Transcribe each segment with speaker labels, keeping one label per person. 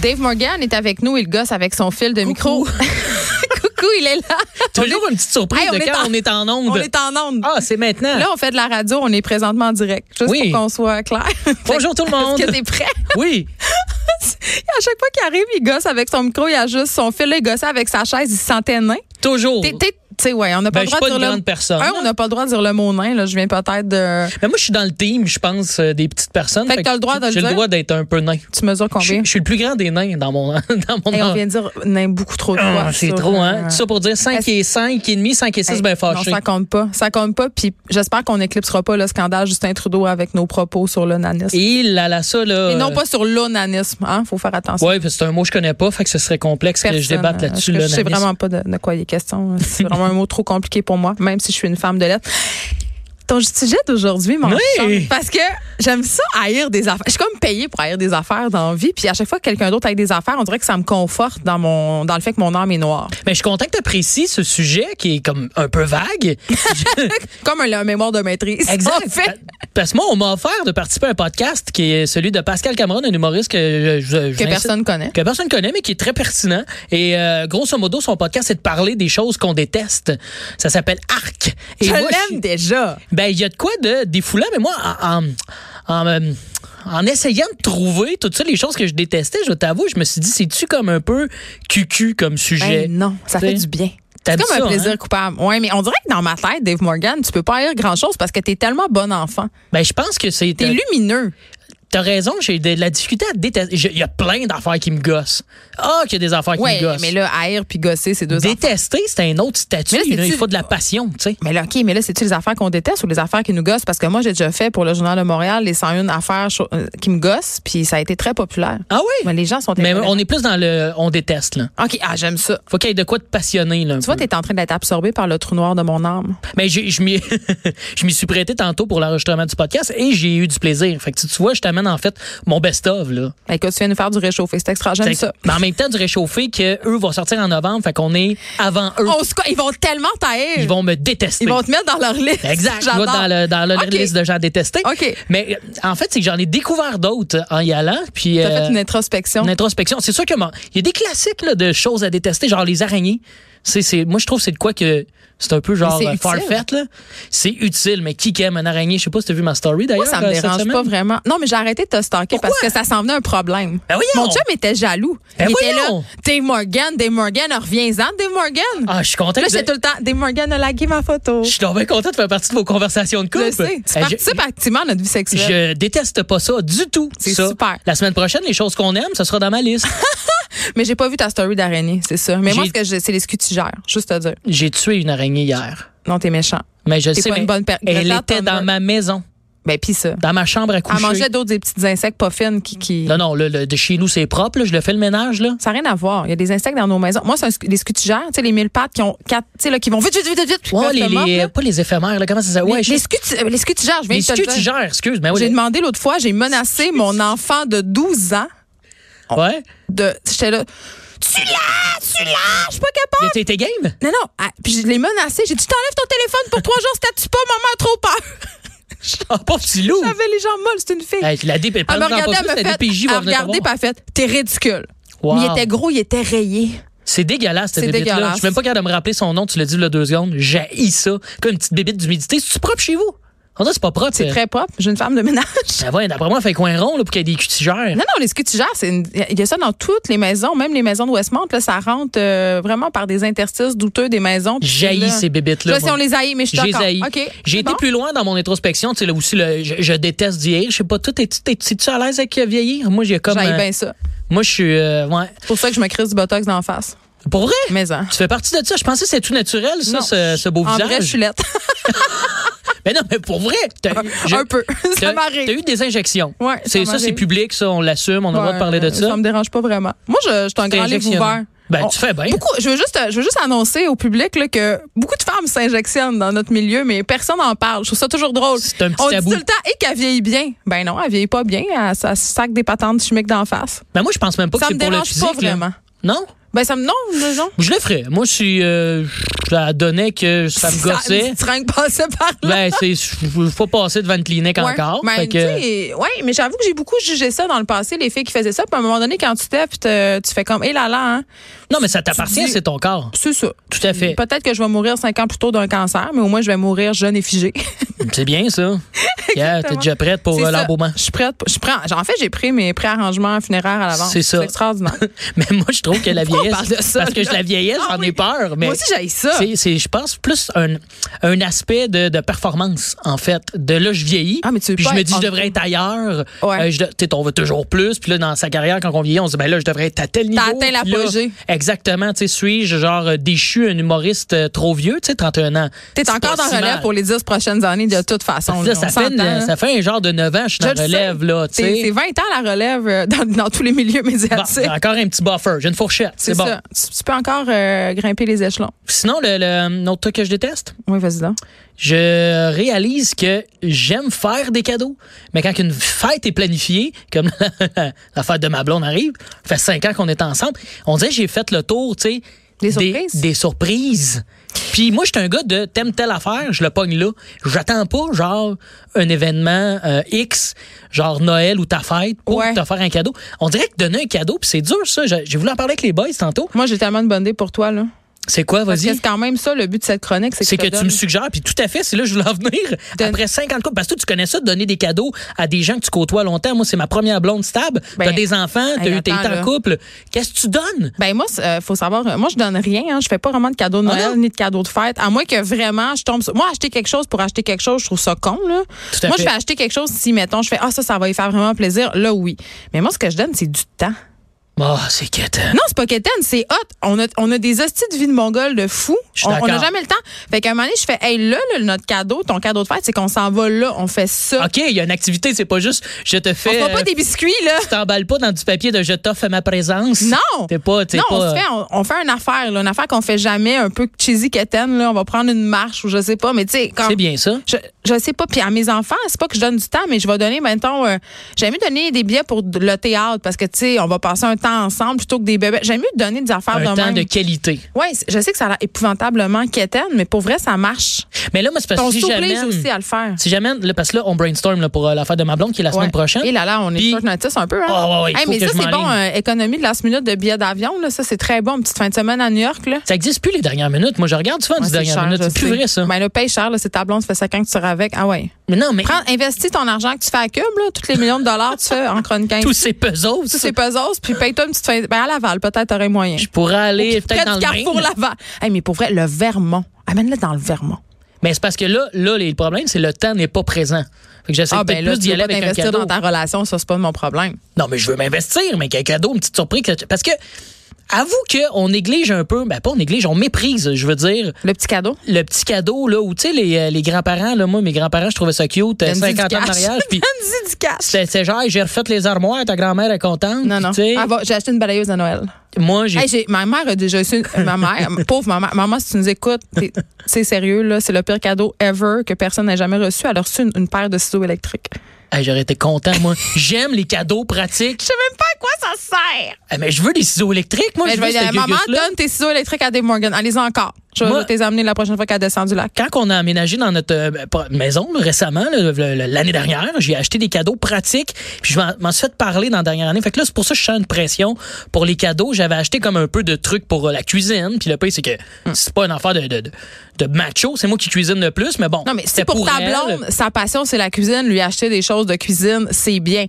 Speaker 1: Dave Morgan est avec nous. Il gosse avec son fil de micro. Coucou, il est là.
Speaker 2: Toujours une petite surprise
Speaker 1: Hey, on
Speaker 2: de
Speaker 1: est
Speaker 2: quand
Speaker 1: en-
Speaker 2: on est en onde.
Speaker 1: On est en onde.
Speaker 2: Ah, c'est maintenant.
Speaker 1: Là, on fait de la radio. On est présentement en direct. Juste
Speaker 2: Oui.
Speaker 1: pour qu'on soit clair.
Speaker 2: Bonjour tout le monde.
Speaker 1: Est-ce que t'es prêt?
Speaker 2: Oui.
Speaker 1: À chaque fois qu'il arrive, il gosse avec son micro. Il a juste son fil. Là, il gossait avec sa chaise. Il se sentait nain.
Speaker 2: Toujours.
Speaker 1: T'es- t'es- Tu sais, ouais, on n'a pas
Speaker 2: Oh. Ben,
Speaker 1: le
Speaker 2: je suis
Speaker 1: droit
Speaker 2: pas
Speaker 1: de
Speaker 2: une
Speaker 1: dire le- Ah
Speaker 2: grande personne.
Speaker 1: Un, on n'a pas le droit de dire le mot nain. Là. Je viens peut-être de.
Speaker 2: Mais moi, je suis dans le team, je pense, euh, des petites personnes.
Speaker 1: Fait que t'as le droit de le
Speaker 2: J'ai
Speaker 1: dire.
Speaker 2: le droit d'être un peu nain.
Speaker 1: Tu mesures
Speaker 2: Je
Speaker 1: combien?
Speaker 2: je suis le plus grand des nains dans mon. dans mon
Speaker 1: Hey, on vient de dire nain beaucoup trop de
Speaker 2: Ah,
Speaker 1: fois.
Speaker 2: c'est
Speaker 1: sur,
Speaker 2: trop, hein?
Speaker 1: euh,
Speaker 2: Tout ça pour dire 5 et 5 et demi, 5 et 6,
Speaker 1: Hey,
Speaker 2: ben
Speaker 1: Non,
Speaker 2: fâché.
Speaker 1: ça compte pas. Ça compte pas. Puis j'espère qu'on n'éclipsera pas le scandale Justin Trudeau avec nos propos sur l'onanisme. Et,
Speaker 2: Et euh, là, là, ça, là.
Speaker 1: non pas sur l'onanisme. Hein? Faut faire attention.
Speaker 2: Oui, c'est un mot que je connais pas, fait que ce serait complexe que je
Speaker 1: Personne,
Speaker 2: débatte
Speaker 1: euh,
Speaker 2: là-dessus.
Speaker 1: parce
Speaker 2: là,
Speaker 1: que Je sais
Speaker 2: Nanis.
Speaker 1: vraiment pas de, de quoi il est question. hein. C'est vraiment un mot trop compliqué pour moi, même si je suis une femme de lettres. Ton sujet d'aujourd'hui, mon
Speaker 2: Oui.
Speaker 1: chum, parce que j'aime ça haïr des affaires. Je suis comme payée pour haïr des affaires dans la vie, puis à chaque fois que quelqu'un d'autre haït des affaires, on dirait que ça me conforte dans mon dans le fait que mon âme est noire.
Speaker 2: Mais je suis content que tu apprécies ce sujet qui est comme un peu vague.
Speaker 1: Comme un, un mémoire de maîtrise. En fait,
Speaker 2: Pa- Parce que moi, on m'a offert de participer à un podcast qui est celui de Pascal Cameron, un humoriste que je, je- je-
Speaker 1: que
Speaker 2: j'incite-
Speaker 1: personne connaît.
Speaker 2: que personne connaît, mais qui est très pertinent. Et euh, grosso modo, son podcast, c'est de parler des choses qu'on déteste. Ça s'appelle Arc. Et
Speaker 1: Je
Speaker 2: moi, je-
Speaker 1: l'aime déjà.
Speaker 2: Ben, il y a de quoi de défoulant, mais moi, en, en, en, euh, en essayant de trouver toutes ça, les choses que je détestais, je t'avoue, je me suis dit, c'est-tu comme un peu cucu comme sujet?
Speaker 1: Ben non, ça
Speaker 2: Tu sais,
Speaker 1: fait du bien.
Speaker 2: t'as
Speaker 1: C'est
Speaker 2: dit
Speaker 1: comme
Speaker 2: ça,
Speaker 1: un
Speaker 2: hein?
Speaker 1: plaisir coupable. Oui, mais on dirait que dans ma tête, Dave Morgan, tu peux pas haïr grand-chose parce que t'es tellement bon enfant.
Speaker 2: Ben, je pense que c'est.
Speaker 1: T'es lumineux.
Speaker 2: T'as raison, j'ai de la difficulté à détester. Je- Il y a plein d'affaires qui me gossent. Ah, qu'il y a des affaires qui
Speaker 1: Oui,
Speaker 2: me gossent.
Speaker 1: mais là, haïr puis gosser, c'est deux affaires.
Speaker 2: Détester, c'est un autre statut.
Speaker 1: Mais là,
Speaker 2: là. il
Speaker 1: c'est-tu-
Speaker 2: faut de la passion, tu sais.
Speaker 1: Mais là, OK, mais là, c'est-tu les affaires qu'on déteste ou les affaires qui nous gossent? Parce que moi, j'ai déjà fait pour le Journal de Montréal les 101 affaires cho- euh, qui me gossent, puis ça a été très populaire.
Speaker 2: Ah oui?
Speaker 1: Ouais, les gens sont
Speaker 2: mais
Speaker 1: intolérants.
Speaker 2: on est plus dans le on déteste, là.
Speaker 1: OK, ah, j'aime ça.
Speaker 2: Faut qu'il y ait de quoi de passionné, là. un
Speaker 1: Tu vois,
Speaker 2: peu.
Speaker 1: t'es en train d'être absorbé par le trou noir de mon âme.
Speaker 2: Mais j'ai- je m'y je m'y suis prêté tantôt pour l'enregistrement du podcast et j'ai eu du plaisir. Fait que tu, tu vois, je t'amène en fait mon best-of, là.
Speaker 1: Ben, écoute, tu viens nous faire du réchauffé. C'est extra, j'aime
Speaker 2: Fait que-
Speaker 1: ça.
Speaker 2: Mais en même temps, du réchauffé que eux vont sortir en novembre, fait qu'on est avant eux.
Speaker 1: On se co- ils vont tellement t'haïr.
Speaker 2: Ils vont me détester.
Speaker 1: Oh! Ils vont te mettre dans leur liste.
Speaker 2: Exact. Je vais
Speaker 1: J'adore.
Speaker 2: dans, le, dans le-
Speaker 1: OK.
Speaker 2: la liste de gens détestés.
Speaker 1: OK.
Speaker 2: Mais euh, en fait, c'est que j'en ai découvert d'autres en y allant. Puis,
Speaker 1: T'as
Speaker 2: euh,
Speaker 1: fait une introspection.
Speaker 2: une introspection. C'est sûr qu'il y a des classiques là, de choses à détester, genre les araignées. C'est, c'est, moi, je trouve que c'est de quoi que c'est un peu genre
Speaker 1: Mais c'est
Speaker 2: euh,
Speaker 1: utile.
Speaker 2: farfetch, là. C'est utile, mais qui qui aime une araignée? Je sais pas si t'as vu ma story d'ailleurs.
Speaker 1: Moi, ça me
Speaker 2: euh, cette
Speaker 1: dérange
Speaker 2: semaine.
Speaker 1: pas vraiment. Non, mais j'ai arrêté de te stalker parce que ça s'en venait un problème.
Speaker 2: Ben voyons!
Speaker 1: Mon chum était jaloux.
Speaker 2: Ben
Speaker 1: Il était là.
Speaker 2: voyons!
Speaker 1: Dave Morgan, Dave Morgan, reviens-en, Dave Morgan.
Speaker 2: Ah, je suis content.
Speaker 1: là,
Speaker 2: que-
Speaker 1: j'étais tout le temps. Dave Morgan a lagué ma photo.
Speaker 2: Je suis donc bien content de faire partie de vos conversations de
Speaker 1: Je
Speaker 2: couple.
Speaker 1: le sais. Tu
Speaker 2: Euh, je-
Speaker 1: participes activement à notre vie
Speaker 2: je,
Speaker 1: sexuelle.
Speaker 2: déteste pas ça du tout.
Speaker 1: C'est
Speaker 2: ça.
Speaker 1: super.
Speaker 2: La semaine prochaine, les choses qu'on aime, ce sera dans ma liste.
Speaker 1: Mais j'ai pas vu ta story d'araignée, c'est ça. Mais moi,
Speaker 2: J'ai-
Speaker 1: ce que j'ai- c'est les scutigères, juste te dire.
Speaker 2: J'ai tué une araignée hier.
Speaker 1: Non, t'es méchant.
Speaker 2: Mais je
Speaker 1: T'es
Speaker 2: sais,
Speaker 1: pas
Speaker 2: mais
Speaker 1: une bonne per-
Speaker 2: elle
Speaker 1: Greta
Speaker 2: était dans
Speaker 1: Thunberg.
Speaker 2: ma maison,
Speaker 1: Ben, pis ça.
Speaker 2: dans ma chambre à coucher.
Speaker 1: Elle mangeait d'autres des petits insectes pas fines qui. qui...
Speaker 2: Non, non, le, le- de chez nous, c'est propre. là. Je le fais le ménage, là.
Speaker 1: Ça n'a rien à voir. Il y a des insectes dans nos maisons. Moi, c'est un scu- les scutigères, tu sais, les mille pattes qui ont quatre, tu sais, là, qui vont vite, vite, vite, vite, vite. puis
Speaker 2: Ouais,
Speaker 1: qui
Speaker 2: les,
Speaker 1: restent mortes,
Speaker 2: les-
Speaker 1: là.
Speaker 2: pas les éphémères, là. Comment ça s'appelle? Ouais,
Speaker 1: les,
Speaker 2: je-
Speaker 1: les scuti- euh, les scutigères, je viens
Speaker 2: les
Speaker 1: de te le dire.
Speaker 2: scutigères, excuse. Mais oui,
Speaker 1: J'ai
Speaker 2: les-
Speaker 1: demandé l'autre fois, j'ai menacé mon enfant de 12 ans
Speaker 2: ouais.
Speaker 1: de. J'étais là. Tu l'as! Tu l'as! Je suis pas capable!
Speaker 2: T'es- T'es game?
Speaker 1: Non, non. Ah, puis je l'ai menacé. J'ai dit, t'enlèves ton téléphone pour trois jours, statue pas, maman a trop peur.
Speaker 2: Ah, pas petit loup.
Speaker 1: J'avais les jambes molles, c'est une fille.
Speaker 2: Hey, la DP,
Speaker 1: Elle me regardait, elle me fait.
Speaker 2: la DPJ
Speaker 1: Elle
Speaker 2: va
Speaker 1: me
Speaker 2: venir te
Speaker 1: regardait, puis
Speaker 2: voir.
Speaker 1: elle fait, t'es ridicule.
Speaker 2: Wow.
Speaker 1: Mais il était gros, il était rayé.
Speaker 2: C'est dégueulasse, cette
Speaker 1: C'est
Speaker 2: bébite-là.
Speaker 1: dégueulasse.
Speaker 2: Je suis même pas capable de me rappeler son nom, tu l'as dit le deux secondes. J'ai ça. Comme une petite bébite d'humidité. C'est-tu propre chez vous? En vrai, c'est pas propre.
Speaker 1: C'est très propre. J'ai une femme de ménage.
Speaker 2: Ça va, d'après moi, elle fait coin rond là, pour qu'il y ait des cutigères.
Speaker 1: Non, non, les scutigères, c'est une- il y a ça dans toutes les maisons, même les maisons de Westmount, là, ça rentre euh, vraiment par des interstices douteux des maisons. Puis là-
Speaker 2: J'haïs ces bébites-là.
Speaker 1: Là, si
Speaker 2: moi.
Speaker 1: on les haït, mais je suis
Speaker 2: J'ai
Speaker 1: d'accord.
Speaker 2: haï.
Speaker 1: OK,
Speaker 2: J'ai
Speaker 1: c'est
Speaker 2: été
Speaker 1: bon.
Speaker 2: plus loin dans mon introspection. Tu sais, là aussi, le, je, je déteste vieillir. Je sais pas, toi, t'es-tu t'es- t'es-tu à l'aise avec euh, vieillir? Moi, j'ai comme.
Speaker 1: J'haïs
Speaker 2: euh,
Speaker 1: bien ça.
Speaker 2: Moi, je suis. euh, ouais.
Speaker 1: C'est pour ça que je me crise du botox d'en face.
Speaker 2: Pour vrai?
Speaker 1: Mais hein.
Speaker 2: Tu fais partie de ça. Je pensais que c'était tout naturel, ça,
Speaker 1: Non.
Speaker 2: ce, ce beau
Speaker 1: En
Speaker 2: visage.
Speaker 1: vrai, je suis lette.
Speaker 2: Mais non, mais pour vrai. t'as- je-
Speaker 1: Un peu.
Speaker 2: t'as-
Speaker 1: ça m'arrive.
Speaker 2: T'as eu des injections.
Speaker 1: Ouais, ça
Speaker 2: c'est ça, c'est
Speaker 1: m'arrive.
Speaker 2: public, ça, on l'assume, on a le droit de
Speaker 1: Ouais, euh,
Speaker 2: parler de ça.
Speaker 1: Ça me dérange pas vraiment. Moi, je, je suis un
Speaker 2: T'es
Speaker 1: grand livre
Speaker 2: injectionné.
Speaker 1: ouvert.
Speaker 2: Ben,
Speaker 1: On-
Speaker 2: tu fais bien.
Speaker 1: Beaucoup, je veux juste, je veux juste annoncer au public là, que beaucoup de femmes s'injectionnent dans notre milieu, mais personne n'en parle. Je trouve ça toujours drôle.
Speaker 2: C'est un petit
Speaker 1: On
Speaker 2: tabou.
Speaker 1: dit tout le temps et qu'elle vieillit bien. Ben non, elle vieillit pas bien. Elle, ça se sac des patentes chimiques d'en face.
Speaker 2: Mais Ben, moi, je pense même pas
Speaker 1: Ça
Speaker 2: que
Speaker 1: me
Speaker 2: c'est pour le
Speaker 1: dérange
Speaker 2: physique.
Speaker 1: pas
Speaker 2: là.
Speaker 1: vraiment.
Speaker 2: Non?
Speaker 1: Ben ça me non, non, non.
Speaker 2: Je le ferais. Moi, je suis. euh, ça donnait que ça me gossait.
Speaker 1: Frank passait par là.
Speaker 2: Ben, c'est, je- faut passer devant une clinique
Speaker 1: Ouais.
Speaker 2: encore.
Speaker 1: Ben,
Speaker 2: Fait que-
Speaker 1: tu sais, ouais, mais j'avoue que j'ai beaucoup jugé ça dans le passé, les filles qui faisaient ça. Puis à un moment donné, quand tu t'es, puis te- tu fais comme, hé là là, hein.
Speaker 2: non, mais ça t'appartient,
Speaker 1: dis-
Speaker 2: c'est ton corps.
Speaker 1: C'est ça.
Speaker 2: Tout à fait.
Speaker 1: Peut-être que je vais mourir cinq ans plus tôt d'un cancer, mais au moins, je vais mourir jeune et figée.
Speaker 2: C'est bien, ça. Yeah, t'es déjà prête pour
Speaker 1: C'est
Speaker 2: euh,
Speaker 1: ça.
Speaker 2: l'embaumement.
Speaker 1: Je suis prête. Je prends, en fait, j'ai pris mes préarrangements funéraires à l'avance.
Speaker 2: C'est ça.
Speaker 1: C'est extraordinaire.
Speaker 2: Mais moi, je trouve que la
Speaker 1: Pourquoi on
Speaker 2: vieillesse.
Speaker 1: parle de ça,
Speaker 2: parce que
Speaker 1: là?
Speaker 2: la vieillesse,
Speaker 1: Ah
Speaker 2: j'en
Speaker 1: oui.
Speaker 2: ai peur. Mais
Speaker 1: Moi aussi, j'ai ça.
Speaker 2: c'est, c'est, je pense, plus un, un aspect de, de performance, en fait. De là, je vieillis.
Speaker 1: Ah, mais tu veux
Speaker 2: puis
Speaker 1: pas
Speaker 2: je me
Speaker 1: être-
Speaker 2: dis, je devrais être ailleurs.
Speaker 1: Ouais.
Speaker 2: Euh, je de- tu sais, on veut toujours plus. Puis là, dans sa carrière, quand on vieillit, on se dit, ben là, je devrais être à tel niveau.
Speaker 1: T'as atteint
Speaker 2: Puis là,
Speaker 1: l'apogée.
Speaker 2: Exactement. Tu sais, suis-je, genre, euh, déchu, un humoriste euh, trop vieux, tu sais, 31 ans.
Speaker 1: T'es
Speaker 2: C'est
Speaker 1: encore
Speaker 2: pas
Speaker 1: dans
Speaker 2: si
Speaker 1: relève
Speaker 2: mal.
Speaker 1: pour les dix prochaines années, de toute façon.
Speaker 2: Là,
Speaker 1: là,
Speaker 2: ça,
Speaker 1: on
Speaker 2: fait une-
Speaker 1: s'entend, hein.
Speaker 2: ça fait un genre de 9 ans, je suis
Speaker 1: Je
Speaker 2: dans
Speaker 1: le
Speaker 2: relève,
Speaker 1: sais.
Speaker 2: là, tu
Speaker 1: C'est c'est
Speaker 2: sais.
Speaker 1: 20 ans la relève euh, dans, dans tous les milieux
Speaker 2: Bon,
Speaker 1: médiatiques.
Speaker 2: encore un petit buffer, j'ai une fourchette, c'est bon.
Speaker 1: ça. Tu, tu peux encore euh, grimper les échelons.
Speaker 2: Sinon, le, le autre truc que je déteste,
Speaker 1: Oui, vas-y donc.
Speaker 2: je réalise que j'aime faire des cadeaux, mais quand une fête est planifiée, comme la, la fête de ma blonde arrive, ça fait cinq ans qu'on est ensemble, on dirait que j'ai fait le tour, tu sais.
Speaker 1: Des surprises?
Speaker 2: des surprises. Puis moi, je suis un gars de t'aimes telle affaire, je le pogne là. J'attends pas, genre, un événement euh, X, genre Noël ou ta fête, pour
Speaker 1: Ouais.
Speaker 2: te faire un cadeau. On dirait que donner un cadeau, puis c'est dur, ça. J'ai j'ai voulu en parler avec les boys tantôt.
Speaker 1: Moi, j'ai tellement de bonnes idées pour toi, là.
Speaker 2: C'est quoi,
Speaker 1: Parce que
Speaker 2: vas-y?
Speaker 1: c'est quand même ça, le but de cette chronique, c'est que,
Speaker 2: C'est
Speaker 1: je te
Speaker 2: que tu
Speaker 1: donne-
Speaker 2: me suggères, puis tout à fait, c'est là que je voulais en venir.
Speaker 1: Donne-
Speaker 2: Après 50 couples, parce que toi, tu connais ça, de donner des cadeaux à des gens que tu côtoies longtemps. Moi, c'est ma première blonde stable.
Speaker 1: Ben,
Speaker 2: t'as des enfants, t'as
Speaker 1: hey,
Speaker 2: eu t'es
Speaker 1: attends,
Speaker 2: en
Speaker 1: là.
Speaker 2: couple. Qu'est-ce que tu donnes?
Speaker 1: Ben moi, c'est- euh, faut savoir, euh, moi je donne rien, hein. je fais pas vraiment de cadeaux de
Speaker 2: Ah
Speaker 1: Noël
Speaker 2: non?
Speaker 1: ni de cadeaux de fête, à moins que vraiment je tombe sur... Moi acheter quelque chose pour acheter quelque chose, je trouve ça con là.
Speaker 2: Tout à
Speaker 1: moi je
Speaker 2: fait.
Speaker 1: vais acheter quelque chose si mettons je fais ah ça ça va y faire vraiment plaisir, là oui. Mais moi ce que je donne c'est du temps.
Speaker 2: Oh, c'est quétaine.
Speaker 1: Non, c'est pas quétaine, c'est hot. On a, on a des hosties de vie de mongol de fou.
Speaker 2: Je suis
Speaker 1: On on a
Speaker 2: d'accord.
Speaker 1: jamais le temps. Fait qu'à un moment donné, je fais, hey, là, là, notre cadeau, ton cadeau de fête, c'est qu'on s'en va là, on fait ça.
Speaker 2: OK, il y a une activité, c'est pas juste je te
Speaker 1: On
Speaker 2: fais.
Speaker 1: fera pas
Speaker 2: euh,
Speaker 1: des biscuits, là.
Speaker 2: Tu t'emballes pas dans du papier de je t'offre ma présence.
Speaker 1: Non!
Speaker 2: T'es pas. t'es
Speaker 1: Non, on,
Speaker 2: pas-
Speaker 1: se fait, on, on fait une affaire, là, une affaire qu'on fait jamais, un peu cheesy quétaine, là. On va prendre une marche ou je sais pas, mais tu sais, comme.
Speaker 2: C'est bien ça.
Speaker 1: Je, je sais pas. Puis à mes enfants, c'est pas que je donne du temps, mais je vais donner, mettons, euh, j'aime mieux donner des billets pour de- le théâtre parce que, tu sais, on va passer un temps ensemble plutôt que des bébés. J'aime mieux donner des affaires
Speaker 2: Un
Speaker 1: de
Speaker 2: temps
Speaker 1: Ah, ben, même.
Speaker 2: de qualité.
Speaker 1: Ouais, c- je sais que ça a l'air épouvantablement quétaine, mais pour vrai, ça marche.
Speaker 2: Mais là, moi, c'est parce
Speaker 1: Ton
Speaker 2: que si
Speaker 1: surprise
Speaker 2: j'amène.
Speaker 1: aussi à le faire.
Speaker 2: Si j'amène. Là, parce que là, on brainstorm là, pour euh, l'affaire de ma blonde qui est la semaine
Speaker 1: Ouais.
Speaker 2: prochaine.
Speaker 1: Et là, là, on est
Speaker 2: Puis-
Speaker 1: short notice un peu. Hein?
Speaker 2: Ah, ouais, ouais, il
Speaker 1: Hey,
Speaker 2: faut
Speaker 1: mais
Speaker 2: que
Speaker 1: ça,
Speaker 2: je
Speaker 1: c'est bon,
Speaker 2: m'enligne.
Speaker 1: euh, économie de last minute de billets d'avion. Là, ça, c'est très bon. Petite fin de semaine à New York. Là.
Speaker 2: Ça existe plus les dernières minutes. Moi, je regarde souvent
Speaker 1: Ouais,
Speaker 2: les
Speaker 1: Ah, c'est
Speaker 2: dernières
Speaker 1: cher,
Speaker 2: minutes.
Speaker 1: je
Speaker 2: C'est plus
Speaker 1: sais.
Speaker 2: vrai, ça.
Speaker 1: Ben, le paye cher, là, c'est ta blonde, ça fait 5 ans que tu seras avec. Ah ouais.
Speaker 2: mais non, mais
Speaker 1: Prends, investis ton argent que tu fais à Cube, là, tous les millions de dollars que tu fais en chroniquant.
Speaker 2: tous ces puzzles.
Speaker 1: Tous ces puzzles, puis paye-toi une petite fin. Ben, à Laval, peut-être, t'aurais moyen.
Speaker 2: Je pourrais aller
Speaker 1: Près
Speaker 2: peut-être dans
Speaker 1: du
Speaker 2: le
Speaker 1: carrefour
Speaker 2: Maine.
Speaker 1: Laval. Hey, mais pour vrai, le Vermont. Amène-le dans le Vermont. Ah,
Speaker 2: Mais c'est parce que là, là les- le problème, c'est le temps n'est pas présent. Fait que j'essaie
Speaker 1: Ah,
Speaker 2: peut-être
Speaker 1: ben là,
Speaker 2: plus
Speaker 1: tu
Speaker 2: d'y
Speaker 1: veux
Speaker 2: aller
Speaker 1: pas
Speaker 2: avec un
Speaker 1: t'investir
Speaker 2: cadeau.
Speaker 1: dans ta relation, ça, c'est pas mon problème.
Speaker 2: Non, mais je veux m'investir, mais qu'un cadeau, une petite surprise. que- Parce que, avoue qu'on néglige un peu, ben pas on néglige, on méprise, je veux dire,
Speaker 1: Le petit cadeau.
Speaker 2: le petit cadeau, là, où, tu sais, les, euh, les grands-parents, là, moi, mes grands-parents, je trouvais ça cute, euh,
Speaker 1: Donne-y
Speaker 2: 50
Speaker 1: du
Speaker 2: ans de
Speaker 1: cash.
Speaker 2: mariage, puis
Speaker 1: Donne-y du cash.
Speaker 2: c'est c'est genre, j'ai refait les armoires, ta grand-mère est contente.
Speaker 1: Non, non.
Speaker 2: puis, tu sais,
Speaker 1: Ah, va, j'ai acheté une balayeuse à Noël.
Speaker 2: Moi, j'ai
Speaker 1: Hey, j'ai- ma mère a déjà eu une- ma mère, pauvre maman. Maman, si tu nous écoutes, t'es- c'est sérieux, là. C'est le pire cadeau ever que personne n'a jamais reçu. Elle a reçu une, une paire de ciseaux électriques.
Speaker 2: Hey, j'aurais été content, moi. J'aime les cadeaux pratiques.
Speaker 1: Je sais même pas à quoi ça sert.
Speaker 2: Eh, mais je veux des ciseaux électriques, moi.
Speaker 1: Mais
Speaker 2: je
Speaker 1: Ben, je
Speaker 2: veux
Speaker 1: vais
Speaker 2: ce
Speaker 1: dire, maman,
Speaker 2: gugus-là.
Speaker 1: donne tes ciseaux électriques à Dave Morgan. Allez-y encore. Je
Speaker 2: Moi-
Speaker 1: vais te les amener la prochaine fois qu'elle descend du lac.
Speaker 2: Quand on a aménagé dans notre euh, pas- maison là, récemment, là, le- le- l'année dernière, j'ai acheté des cadeaux pratiques, puis je m'en- m'en suis fait parler dans la dernière année. Fait que là, c'est pour ça que je sens une pression pour les cadeaux. J'avais acheté comme un peu de trucs pour euh, la cuisine, puis le pire, c'est que
Speaker 1: Hmm.
Speaker 2: c'est pas une affaire de, de, de, de macho, c'est moi qui cuisine le plus, mais bon.
Speaker 1: Non, mais
Speaker 2: c'était
Speaker 1: c'est pour, ta
Speaker 2: elle.
Speaker 1: blonde, sa passion, c'est la cuisine. Lui acheter des choses de cuisine, c'est bien.
Speaker 2: Mais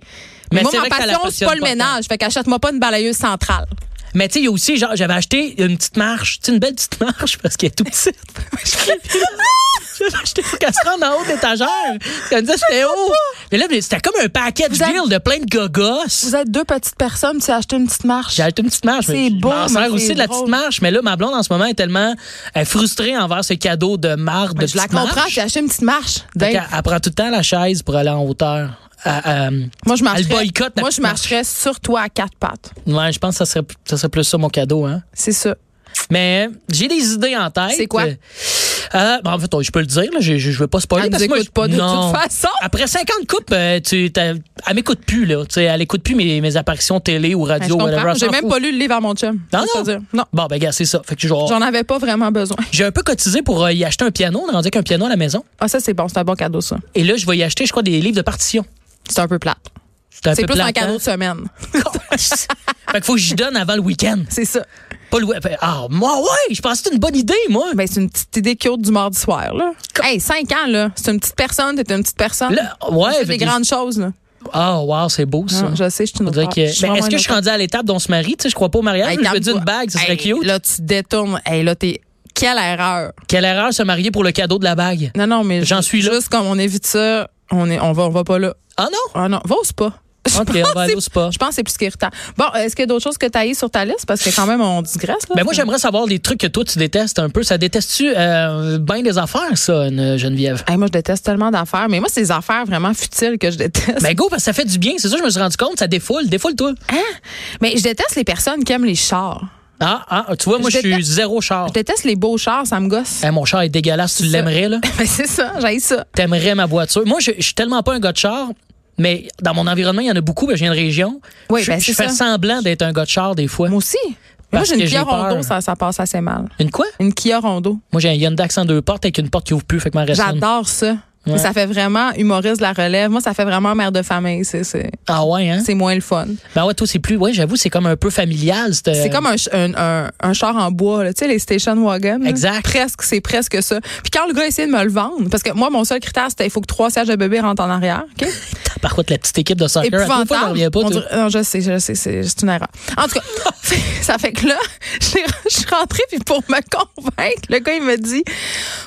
Speaker 1: Mais moi,
Speaker 2: c'est vrai
Speaker 1: ma
Speaker 2: que ça la
Speaker 1: passion, c'est pas le
Speaker 2: passionne pas
Speaker 1: ménage. Fait qu'achète-moi pas une balayeuse centrale.
Speaker 2: Mais tu sais, il y a aussi, genre, j'avais acheté une petite marche, tu sais, une belle petite marche parce qu'elle est tout petite. J'avais acheté pour qu'elle se rende en haut de l'étagère. Elle me disait, j'étais haut. Mais là, mais c'était comme un package
Speaker 1: Vous avez-
Speaker 2: deal de plein de gogos.
Speaker 1: Vous êtes deux petites personnes, tu as acheté une petite marche.
Speaker 2: J'ai acheté une petite marche. mais
Speaker 1: C'est
Speaker 2: je
Speaker 1: beau,
Speaker 2: m'en
Speaker 1: mais
Speaker 2: sers
Speaker 1: c'est
Speaker 2: aussi de la
Speaker 1: drôle.
Speaker 2: petite marche. Mais là, ma blonde, en ce moment, est tellement euh, frustrée envers ce cadeau de marde de
Speaker 1: Je la
Speaker 2: petite marche.
Speaker 1: comprends, j'ai acheté une petite marche.
Speaker 2: Fait
Speaker 1: Dave.
Speaker 2: qu'elle- elle prend tout le temps la chaise pour aller en hauteur. Elle, euh,
Speaker 1: Moi, je
Speaker 2: elle
Speaker 1: marcherais.
Speaker 2: boycotte la
Speaker 1: Moi, je
Speaker 2: petite marche.
Speaker 1: marcherais sur toi à quatre pattes.
Speaker 2: Ouais, je pense que ça serait, ça serait plus ça mon cadeau. Hein?
Speaker 1: C'est ça.
Speaker 2: Mais j'ai des idées en tête.
Speaker 1: C'est quoi?
Speaker 2: Euh, Euh, bon, en fait, je peux le dire, là, je ne veux pas spoiler.
Speaker 1: Elle nous
Speaker 2: parce que moi,
Speaker 1: écoute pas de
Speaker 2: non. Ah,
Speaker 1: toute façon.
Speaker 2: Après 50 coupes, euh, tu, t'as- elle m'écoute plus, là. Tu sais, elle écoute plus mes, mes apparitions télé ou
Speaker 1: Ben, je
Speaker 2: radio, whatever.
Speaker 1: comprends.
Speaker 2: elle
Speaker 1: J'ai
Speaker 2: s'en
Speaker 1: même
Speaker 2: fout.
Speaker 1: pas lu le livre à mon chum.
Speaker 2: Non,
Speaker 1: faut
Speaker 2: non.
Speaker 1: se dire. Non.
Speaker 2: Bon, ben, gars, c'est ça. Fait que genre,
Speaker 1: J'en avais pas vraiment besoin.
Speaker 2: j'ai un peu cotisé pour euh, y acheter un piano. On a rendu qu'un piano à la maison.
Speaker 1: Ah, ça, c'est bon. C'est un bon cadeau, ça.
Speaker 2: Et là, je vais y acheter, je crois, des livres de partition.
Speaker 1: C'est un peu plate.
Speaker 2: un
Speaker 1: C'est
Speaker 2: peu
Speaker 1: plus un
Speaker 2: plate, hein?
Speaker 1: cadeau de semaine.
Speaker 2: Calice. fait que faut que j'y donne avant le week-end.
Speaker 1: C'est ça.
Speaker 2: Pas le we- fait- Ah, moi, ouais, je pense que c'est une bonne idée, moi.
Speaker 1: Ben, c'est une petite idée cute du mardi soir, là.
Speaker 2: Co-
Speaker 1: Hey, 5 ans, là. C'est une petite personne, t'es une petite personne.
Speaker 2: Là, ouais,
Speaker 1: c'est
Speaker 2: fait
Speaker 1: des
Speaker 2: que-
Speaker 1: grandes choses, là.
Speaker 2: Ah, wow, c'est beau, ça.
Speaker 1: Non, je sais, je suis une
Speaker 2: On dirait
Speaker 1: autre.
Speaker 2: que- Ben, Est-ce que je suis rendu à l'étape dont on se marie? Tu sais, je crois pas au mariage. mais je me dis une bague, ça serait cute.
Speaker 1: Là, tu te détournes. Hey, là, t'es. Quelle erreur.
Speaker 2: Quelle erreur se marier pour le cadeau de la bague.
Speaker 1: Non, non, mais.
Speaker 2: J'en suis là.
Speaker 1: Juste comme on évite ça, on, est, on, va, on va pas là.
Speaker 2: Ah non?
Speaker 1: Ah non, va au spa. Je
Speaker 2: Ok,
Speaker 1: pense
Speaker 2: on va aller
Speaker 1: c'est-
Speaker 2: au spa.
Speaker 1: Je pense que c'est plus qu'irritant. Bon, est-ce qu'il y a d'autres choses que tu as sur ta liste? Parce que quand même, on digresse. Là,
Speaker 2: Ben moi, j'aimerais savoir des trucs que toi, tu détestes un peu. Ça déteste-tu euh, bien des affaires, ça, une Geneviève?
Speaker 1: Hey, moi, je déteste tellement d'affaires. Mais moi, c'est des affaires vraiment futiles que je déteste.
Speaker 2: Ben go, parce que ça fait du bien. C'est ça, je me suis rendu compte. Ça défoule. Défoule-toi.
Speaker 1: Hein? Mais je déteste les personnes qui aiment les chars.
Speaker 2: Ah, ah, tu vois, moi, je
Speaker 1: Je
Speaker 2: suis
Speaker 1: déteste-
Speaker 2: zéro char.
Speaker 1: Je déteste les beaux chars, ça me gosse.
Speaker 2: Eh, mon char est dégueulasse. Tu
Speaker 1: Ça-
Speaker 2: l'aimerais, là?
Speaker 1: Ben, c'est ça, j'ai ça.
Speaker 2: T'aimerais ma voiture? Moi, je, je suis tellement pas un gars de char. Mais dans mon environnement, il y en a beaucoup. Ben, je viens de région.
Speaker 1: Oui,
Speaker 2: je
Speaker 1: ben,
Speaker 2: je
Speaker 1: c'est
Speaker 2: fais
Speaker 1: ça.
Speaker 2: semblant d'être un gars de char, des fois.
Speaker 1: Moi aussi. Moi,
Speaker 2: Parce
Speaker 1: j'ai
Speaker 2: que
Speaker 1: une
Speaker 2: j'ai
Speaker 1: Kia Rondo,
Speaker 2: peur.
Speaker 1: ça, ça passe assez mal.
Speaker 2: Une quoi?
Speaker 1: Une Kia Rondo.
Speaker 2: Moi, j'ai un Hyundai Accent deux portes avec une porte qui ouvre plus. Fait que ma reste une.
Speaker 1: J'adore ça. Mais
Speaker 2: Ouais.
Speaker 1: Ça fait vraiment humoriste de la relève. Moi, ça fait vraiment mère de famille. C'est, c'est,
Speaker 2: Ah ouais, hein?
Speaker 1: c'est moins le fun.
Speaker 2: Ben ouais, toi, c'est plus. Ouais, j'avoue, c'est comme un peu familial.
Speaker 1: C'est comme un, ch- un, un- un char en bois, là. tu sais, les station wagon. là.
Speaker 2: Exact.
Speaker 1: Presque, c'est presque ça. Puis quand le gars essayait de me le vendre, parce que moi, mon seul critère, c'était il faut que trois sièges de bébé rentrent en arrière. OK?
Speaker 2: Par contre, la petite équipe de soccer, à trois fois, j'en reviens
Speaker 1: Épouvantable.
Speaker 2: pas.
Speaker 1: On
Speaker 2: toi.
Speaker 1: dirait- non, je sais, je sais, c'est c'est une erreur. En tout cas, ça fait que là, j'ai- je suis rentrée, puis pour me convaincre, le gars, il me dit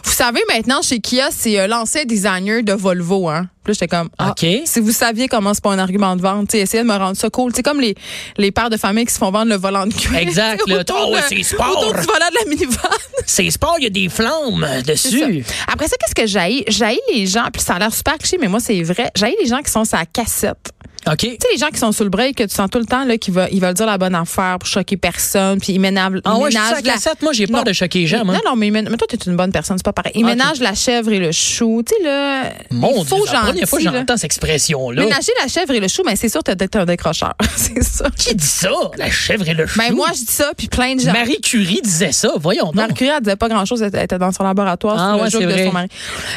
Speaker 1: Vous savez, maintenant, chez Kia, c'est euh, l'ancien designer de Volvo, hein. Puis là, j'étais comme Ah,
Speaker 2: OK.
Speaker 1: si vous saviez comment c'est pas un argument de vente, tu sais, essayez de me rendre ça cool. C'est comme les, les pères de famille qui se font vendre le volant de cuir.
Speaker 2: Exact,
Speaker 1: Tu sais,
Speaker 2: là.
Speaker 1: autour
Speaker 2: Oh,
Speaker 1: de-
Speaker 2: ouais, c'est sport.
Speaker 1: Autour du volant de la minivan.
Speaker 2: C'est sport, il y a des flammes dessus.
Speaker 1: C'est ça. Après ça, qu'est-ce que j'ai J'ai les gens, puis ça a l'air super cliché, mais moi, c'est vrai. J'ai les gens qui sont sa cassette.
Speaker 2: OK.
Speaker 1: Tu sais, les gens qui sont sous le break, que tu sens tout le temps là, qu'ils veulent, ils veulent dire la bonne affaire pour choquer personne, puis ils ménagent.
Speaker 2: Ah
Speaker 1: ils
Speaker 2: ouais, je suis
Speaker 1: ménagent
Speaker 2: sur la cassette. Moi, j'ai peur
Speaker 1: Non.
Speaker 2: de choquer les gens, moi.
Speaker 1: Non, non, mais, ils mén- mais toi, t'es une bonne personne, c'est pas pareil. Ils
Speaker 2: hein. Ah,
Speaker 1: ménagent la chèvre et le chou. Tu sais, là.
Speaker 2: Mon
Speaker 1: les faux
Speaker 2: Dieu, c'est la première
Speaker 1: gentils,
Speaker 2: fois que
Speaker 1: là.
Speaker 2: j'entends cette expression-là.
Speaker 1: Ménager la chèvre et le chou, mais c'est sûr que t'es un décrocheur. c'est ça.
Speaker 2: Qui dit ça? La chèvre et le chou.
Speaker 1: Ben, moi, je dis ça, puis plein de gens.
Speaker 2: Marie Curie disait ça. Voyons donc.
Speaker 1: Marie Curie, elle disait pas grand-chose, elle elle était dans son laboratoire
Speaker 2: Ah
Speaker 1: sur
Speaker 2: ouais,
Speaker 1: le joke
Speaker 2: c'est
Speaker 1: de
Speaker 2: vrai.
Speaker 1: son mari.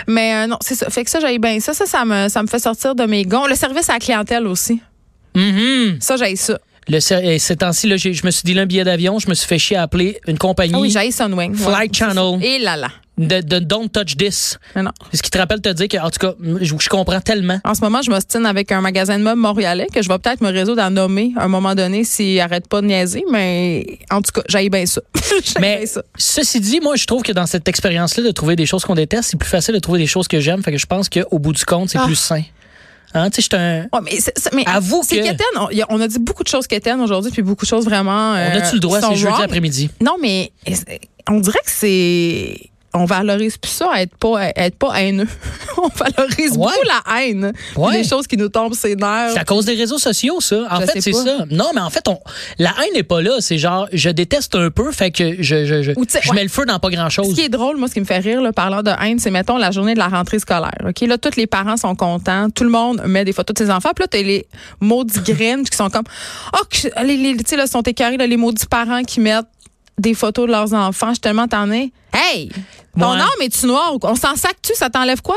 Speaker 1: Mais euh, non, c'est ça. Fait que ça, j'aille bien. Ça, ça, ça me, ça me fait sortir de mes gonds. Le service à la clientèle aussi.
Speaker 2: Mhm.
Speaker 1: Ça, j'aille ça.
Speaker 2: Le cer- eh, Ces temps-ci, là, j'ai- je me suis dit un billet d'avion, je me suis fait chier à appeler une compagnie.
Speaker 1: Ah oui, j'aille Sunwing.
Speaker 2: Flight Channel.
Speaker 1: Et là là.
Speaker 2: de, de Don't Touch This.
Speaker 1: Mais non.
Speaker 2: Ce qui te rappelle te dire que, en tout cas, je, je comprends tellement.
Speaker 1: En ce moment, je m'ostine avec un magasin de meubles montréalais que je vais peut-être me résoudre à nommer à un moment donné s'il arrête pas de niaiser, mais en tout cas, j'aille bien ça. J'haïs
Speaker 2: Mais
Speaker 1: bien ça.
Speaker 2: ceci dit, moi, je trouve que dans cette expérience-là de trouver des choses qu'on déteste, c'est plus facile de trouver des choses que j'aime. Fait que je pense qu'au bout du compte, c'est
Speaker 1: Ah.
Speaker 2: plus sain. Hein, tu sais, je suis un.
Speaker 1: Ouais, mais c'est- c'est- mais
Speaker 2: Avoue
Speaker 1: c'est
Speaker 2: que-
Speaker 1: quétaine. On, y a- on a dit beaucoup de choses quétaines aujourd'hui, puis beaucoup de choses vraiment. euh,
Speaker 2: On a-tu le droit, c'est jeudi après-midi?
Speaker 1: Non, mais on dirait que c'est. On valorise plus ça, à être pas, à être pas haineux. on valorise
Speaker 2: Ouais.
Speaker 1: beaucoup la haine. puis
Speaker 2: Ouais.
Speaker 1: Les choses qui nous tombent ses nerfs.
Speaker 2: C'est à cause des réseaux sociaux, ça. En
Speaker 1: Je
Speaker 2: fait,
Speaker 1: sais
Speaker 2: c'est
Speaker 1: pas.
Speaker 2: ça. Non, mais en fait, on, la haine n'est pas là. C'est genre, je déteste un peu, fait que je, je, je,
Speaker 1: Ou tu sais,
Speaker 2: je
Speaker 1: ouais.
Speaker 2: mets le feu dans pas
Speaker 1: Ce
Speaker 2: grand-chose.
Speaker 1: qui est drôle, moi, ce qui me fait rire, là, parlant de haine, c'est, mettons, la journée de la rentrée scolaire. OK? Là, tous les parents sont contents. Tout le monde met des photos de ses enfants. Puis là, t'as les maudits grines qui sont comme, oh, que- les, les, tu sais, là, sont écœurés, là, les maudits parents qui mettent des photos de leurs enfants. Je suis tellement tannée. Hey! Ton
Speaker 2: Ouais.
Speaker 1: âme est-tu noire? ou quoi? On s'en sac-tu? Ça t'enlève quoi?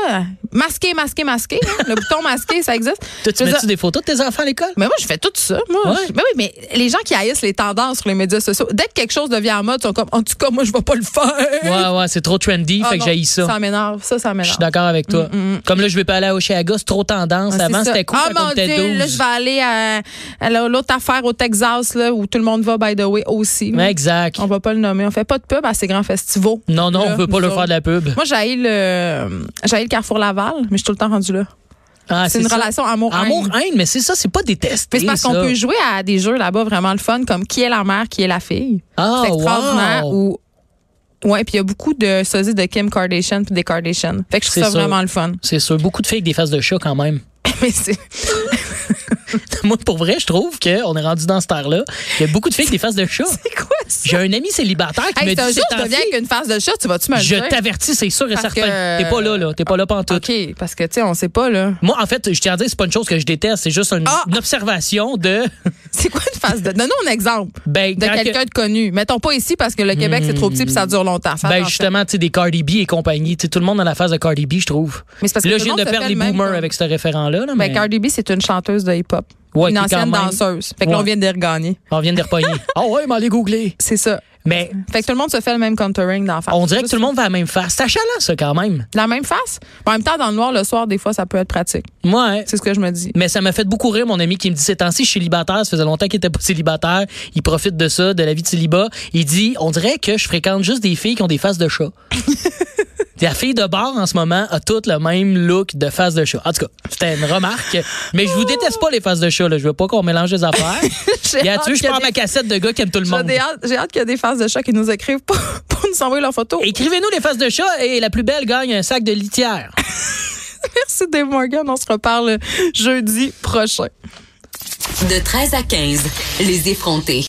Speaker 1: Masqué, masqué, masqué. hein? Le bouton masqué, ça existe.
Speaker 2: Toi, tu
Speaker 1: Je veux
Speaker 2: mets-tu des photos de tes enfants à l'école?
Speaker 1: mais moi, je fais tout ça. Moi,
Speaker 2: Ouais.
Speaker 1: Je- ben oui, mais les gens qui haïssent les tendances sur les médias sociaux, dès que quelque chose devient en mode, ils sont comme, en tout cas, moi, je vais pas le faire.
Speaker 2: Ouais, ouais, c'est trop trendy,
Speaker 1: Ah
Speaker 2: fait que
Speaker 1: non,
Speaker 2: j'haïs ça.
Speaker 1: Ça m'énerve, ça, ça
Speaker 2: Je suis
Speaker 1: m'énerve.
Speaker 2: d'accord avec toi. Comme là, je vais pas aller à Oshiaga, c'est trop tendance.
Speaker 1: mm. Ah,
Speaker 2: Avant,
Speaker 1: c'est ça.
Speaker 2: c'était cool
Speaker 1: Ah,
Speaker 2: quand on
Speaker 1: mon
Speaker 2: était
Speaker 1: Dieu,
Speaker 2: 12.
Speaker 1: là, je vais aller à, à la- l'autre affaire au Texas, là, où tout le monde va, by the way, aussi.
Speaker 2: Ouais, Exact.
Speaker 1: On va pas le nommer. On fait pas de pub à ces grands festivals.
Speaker 2: Non, non, on
Speaker 1: Là,
Speaker 2: veut pas
Speaker 1: nous
Speaker 2: leur faire de la pub.
Speaker 1: Moi, j'ai le, j'haïs le Carrefour Laval, mais je suis tout le temps rendue là.
Speaker 2: Ah,
Speaker 1: C'est une
Speaker 2: ça.
Speaker 1: relation amour-haine.
Speaker 2: Amour-haine, mais c'est ça, c'est pas détester.
Speaker 1: Mais c'est parce qu'on
Speaker 2: ça. Ah,
Speaker 1: peut jouer à des jeux là-bas vraiment le fun, comme qui est la mère, qui est la fille.
Speaker 2: Ah,
Speaker 1: c'est extraordinaire.
Speaker 2: wow.
Speaker 1: Ou, ouais, puis il y a beaucoup de sosies de Kim Kardashian puis des Kardashian. Fait que je
Speaker 2: C'est
Speaker 1: trouve ça
Speaker 2: sûr.
Speaker 1: vraiment le fun.
Speaker 2: C'est sûr, beaucoup de filles avec des faces de chat quand même.
Speaker 1: mais c'est.
Speaker 2: Moi, pour vrai, je trouve qu'on est rendu dans cette heure-là. Il y a beaucoup de filles avec des faces de chat.
Speaker 1: C'est quoi ça?
Speaker 2: J'ai un ami célibataire qui
Speaker 1: Hey,
Speaker 2: me
Speaker 1: c'est un
Speaker 2: dit
Speaker 1: jour,
Speaker 2: c'est
Speaker 1: je deviens avec une face de chat, tu vas-tu me le
Speaker 2: Je
Speaker 1: dire?
Speaker 2: t'avertis, c'est sûr et
Speaker 1: Parce
Speaker 2: certain.
Speaker 1: que-
Speaker 2: T'es pas là, là. T'es pas là pantoute.
Speaker 1: OK, parce que, tu sais, on sait pas, là.
Speaker 2: Moi, en fait, je tiens à dire, c'est pas une chose que je déteste, c'est juste une,
Speaker 1: Ah!
Speaker 2: une observation de.
Speaker 1: C'est quoi une face de. Donne-nous un exemple
Speaker 2: Ben,
Speaker 1: de
Speaker 2: quand que-
Speaker 1: quelqu'un de connu. Mettons pas ici parce que le Québec, c'est trop petit puis ça dure longtemps. Fais
Speaker 2: ben
Speaker 1: attention.
Speaker 2: justement, tu sais, des Cardi B et compagnie. Tu sais, tout le monde dans la phase de Cardi B, je trouve.
Speaker 1: Mais c'est parce que
Speaker 2: Là,
Speaker 1: tout
Speaker 2: je
Speaker 1: le
Speaker 2: viens
Speaker 1: monde
Speaker 2: de
Speaker 1: se
Speaker 2: perdre
Speaker 1: fait
Speaker 2: les
Speaker 1: le même
Speaker 2: boomers
Speaker 1: comme-
Speaker 2: avec ce référent-là. là,
Speaker 1: Ben,
Speaker 2: mais
Speaker 1: Cardi B, c'est une chanteuse de hip-hop.
Speaker 2: Ouais,
Speaker 1: une
Speaker 2: qui, quand
Speaker 1: ancienne
Speaker 2: même-
Speaker 1: danseuse. Fait que là, on
Speaker 2: Ouais.
Speaker 1: vient de les regagner.
Speaker 2: on vient de les repogner. Ah ouais, mais allez googler.
Speaker 1: C'est ça.
Speaker 2: Mais
Speaker 1: Fait que tout le monde se fait le même contouring d'enfant.
Speaker 2: on dirait que tout le monde va à la même face. C'est achalant, ça, quand même.
Speaker 1: La même face? Mais En même temps, dans le noir, le soir, des fois, ça peut être pratique.
Speaker 2: Ouais.
Speaker 1: C'est ce que je me dis.
Speaker 2: Mais ça m'a fait beaucoup rire, mon ami, qui me dit ces temps-ci, je suis célibataire. Ça faisait longtemps qu'il était pas célibataire. Il profite de ça, de la vie de célibat. Il dit On dirait que je fréquente juste des filles qui ont des faces de chat. la fille de bar, en ce moment, a toutes le même look de face de chat. En tout cas, c'était une remarque. Mais je vous déteste pas, les faces de chat. Là. Je veux pas qu'on mélange les affaires.
Speaker 1: J'ai
Speaker 2: Et
Speaker 1: hâte
Speaker 2: tu je
Speaker 1: qu'il y ait
Speaker 2: prends ma
Speaker 1: des-
Speaker 2: cassette de gars qui aiment tout le
Speaker 1: j'ai
Speaker 2: monde.
Speaker 1: des hâte- J'ai hâte qu'il y ait des faces de chat qui nous écrivent pour, pour nous envoyer leurs photos.
Speaker 2: Écrivez-nous les faces de chat et la plus belle gagne un sac de litière.
Speaker 1: Merci, Dave Morgan. On se reparle jeudi prochain.
Speaker 3: De 13 à 15, les effrontés.